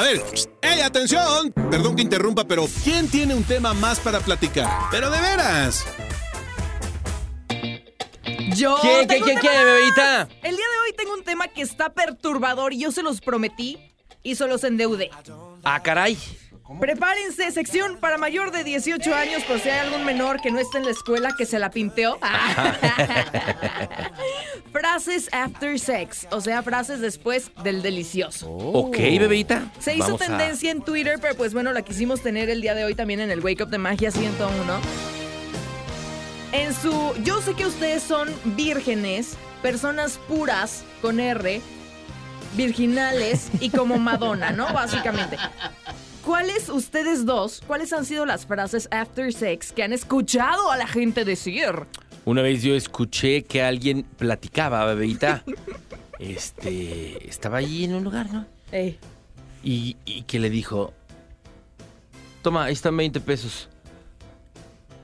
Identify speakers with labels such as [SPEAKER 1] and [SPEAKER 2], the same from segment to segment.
[SPEAKER 1] ver, ¡hey, atención! Perdón que interrumpa, pero ¿quién tiene un tema más para platicar? Pero de veras.
[SPEAKER 2] Yo.
[SPEAKER 3] ¿Quién,
[SPEAKER 2] Oh, tengo
[SPEAKER 3] quién,
[SPEAKER 2] un tema
[SPEAKER 3] quién, quién,
[SPEAKER 2] más.
[SPEAKER 3] bebita?
[SPEAKER 2] El día de hoy tengo un tema que está perturbador y yo se los prometí y se los endeudé.
[SPEAKER 3] Ah, caray.
[SPEAKER 2] Prepárense, sección para mayor de 18 años, por si hay algún menor que no está en la escuela que se la pinteó. frases after sex, o sea, frases después del delicioso.
[SPEAKER 3] Ok, bebita.
[SPEAKER 2] Se hizo
[SPEAKER 3] Vamos a-
[SPEAKER 2] tendencia en Twitter, pero pues bueno, la quisimos tener el día de hoy también en el Wake Up de Magia 101. En su. Yo sé que ustedes son vírgenes, personas puras con R, virginales y como Madonna, ¿no? Básicamente. ¿Cuáles ustedes dos, cuáles han sido las frases after sex que han escuchado a la gente decir?
[SPEAKER 3] Una vez yo escuché que alguien platicaba, bebita. Este. Estaba ahí en un lugar, ¿no?
[SPEAKER 2] Ey,
[SPEAKER 3] Y, y que le dijo: Toma, ahí están 20 pesos.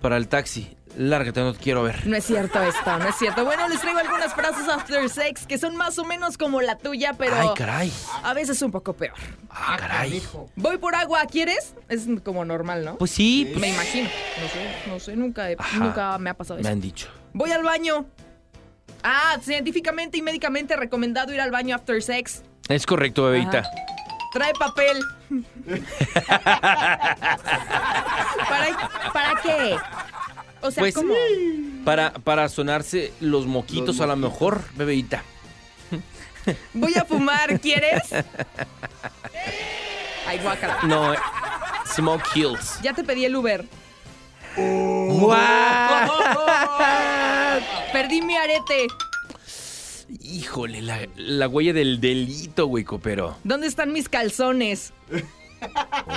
[SPEAKER 3] Para el taxi. Lárgate, no te quiero ver.
[SPEAKER 2] no es cierto esto, no es cierto. Bueno, les traigo algunas frases after sex que son más o menos como la tuya, pero
[SPEAKER 3] Ay, caray.
[SPEAKER 2] a veces un poco peor.
[SPEAKER 3] Ah, caray.
[SPEAKER 2] Voy por agua, ¿quieres? Es como normal, ¿no?
[SPEAKER 3] Pues sí, pues,
[SPEAKER 2] me imagino. No sé, no sé, nunca, he-
[SPEAKER 3] Ajá.
[SPEAKER 2] nunca me ha pasado
[SPEAKER 3] me
[SPEAKER 2] eso.
[SPEAKER 3] han dicho.
[SPEAKER 2] Voy al baño. Ah, científicamente y médicamente recomendado ir al baño after sex.
[SPEAKER 3] Es correcto, bebita.
[SPEAKER 2] Trae papel. ¿Para, ¿Para qué? O sea,
[SPEAKER 3] Pues,
[SPEAKER 2] ¿cómo?
[SPEAKER 3] Para, para sonarse los moquitos, a lo mejor, bebita.
[SPEAKER 2] Voy a fumar, ¿quieres? Ay, guácala.
[SPEAKER 3] No, eh, Smoke Hills.
[SPEAKER 2] Ya te pedí el Uber.
[SPEAKER 3] ¡Guau! Ah.
[SPEAKER 2] Perdí mi arete.
[SPEAKER 3] Híjole, la, la huella del delito, güey, copero.
[SPEAKER 2] ¿Dónde están mis calzones?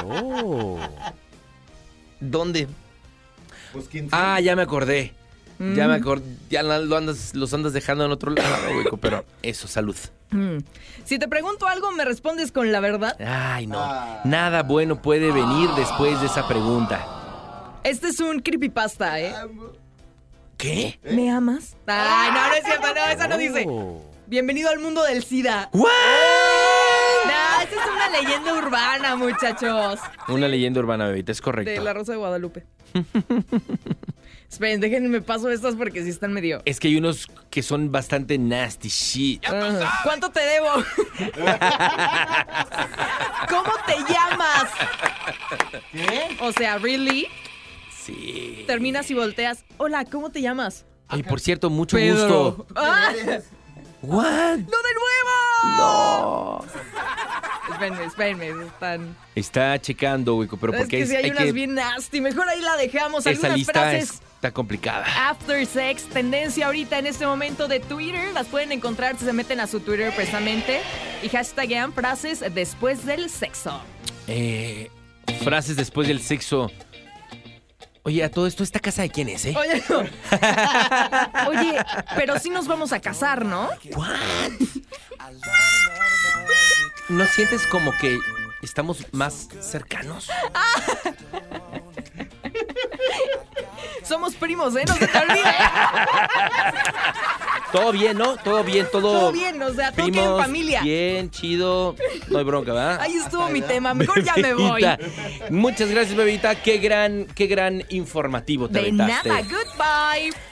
[SPEAKER 2] Oh.
[SPEAKER 3] ¿Dónde? Ah, ya me acordé.
[SPEAKER 2] Mm.
[SPEAKER 3] Ya me acordé. Ya la- lo andas, los andas dejando en otro lado, güey, copero. Eso, salud.
[SPEAKER 2] Mm. Si te pregunto algo, me respondes con la verdad.
[SPEAKER 3] Ay, no. Nada bueno
[SPEAKER 2] Ah.
[SPEAKER 3] puede venir después de esa pregunta.
[SPEAKER 2] Este es un creepypasta, ¿eh?
[SPEAKER 3] ¿Qué?
[SPEAKER 2] ¿Me amas? Ay, no, no es cierto, no, esa no dice.
[SPEAKER 3] Oh.
[SPEAKER 2] Bienvenido al mundo del SIDA. No, esta es una leyenda urbana, muchachos.
[SPEAKER 3] Una leyenda urbana, bebita, es
[SPEAKER 2] De
[SPEAKER 3] correcto.
[SPEAKER 2] la Rosa de Guadalupe. Esperen, déjenme paso estas porque sí están medio.
[SPEAKER 3] Es que hay unos que son bastante nasty shit.
[SPEAKER 2] Ah, ¿Cuánto te debo? ¿Cómo te llamas? ¿Qué? O sea, ¿really?
[SPEAKER 3] Sí.
[SPEAKER 2] Terminas y volteas. Hola, ¿cómo te llamas?
[SPEAKER 3] Oye, por cierto, mucho gusto.
[SPEAKER 2] ¡Ah!
[SPEAKER 3] ¿What?
[SPEAKER 2] ¡No de nuevo!
[SPEAKER 3] No.
[SPEAKER 2] Espérenme, espérenme, están.
[SPEAKER 3] Está checando, güey, pero
[SPEAKER 2] es
[SPEAKER 3] porque
[SPEAKER 2] que si hay,
[SPEAKER 3] hay
[SPEAKER 2] unas
[SPEAKER 3] que-
[SPEAKER 2] bien nasty, mejor ahí la dejamos.
[SPEAKER 3] esa
[SPEAKER 2] Algunas
[SPEAKER 3] lista
[SPEAKER 2] frases
[SPEAKER 3] está complicada.
[SPEAKER 2] after sex, tendencia ahorita en este momento de Twitter. Las pueden encontrar si se meten a su Twitter precisamente. Y hashtaguean frases después del sexo.
[SPEAKER 3] Eh, frases después del sexo. Oye, a todo esto, ¿esta casa de quién es, eh?
[SPEAKER 2] Oye, no. Oye, pero sí nos vamos a casar, ¿no?
[SPEAKER 3] ¿What? ¿No sientes como que estamos más cercanos?
[SPEAKER 2] Somos primos, ¿eh? No se te olvide.
[SPEAKER 3] Todo bien, ¿no? Todo bien, todo.
[SPEAKER 2] Todo bien, o sea, todo queda en
[SPEAKER 3] Primos,
[SPEAKER 2] familia.
[SPEAKER 3] Bien, chido. No hay bronca, ¿verdad?
[SPEAKER 2] Ahí estuvo mi tema. Mejor ya me voy.
[SPEAKER 3] Bebita, Muchas gracias, bebita. Qué gran, qué gran informativo te
[SPEAKER 2] De
[SPEAKER 3] aventaste.
[SPEAKER 2] nada, goodbye.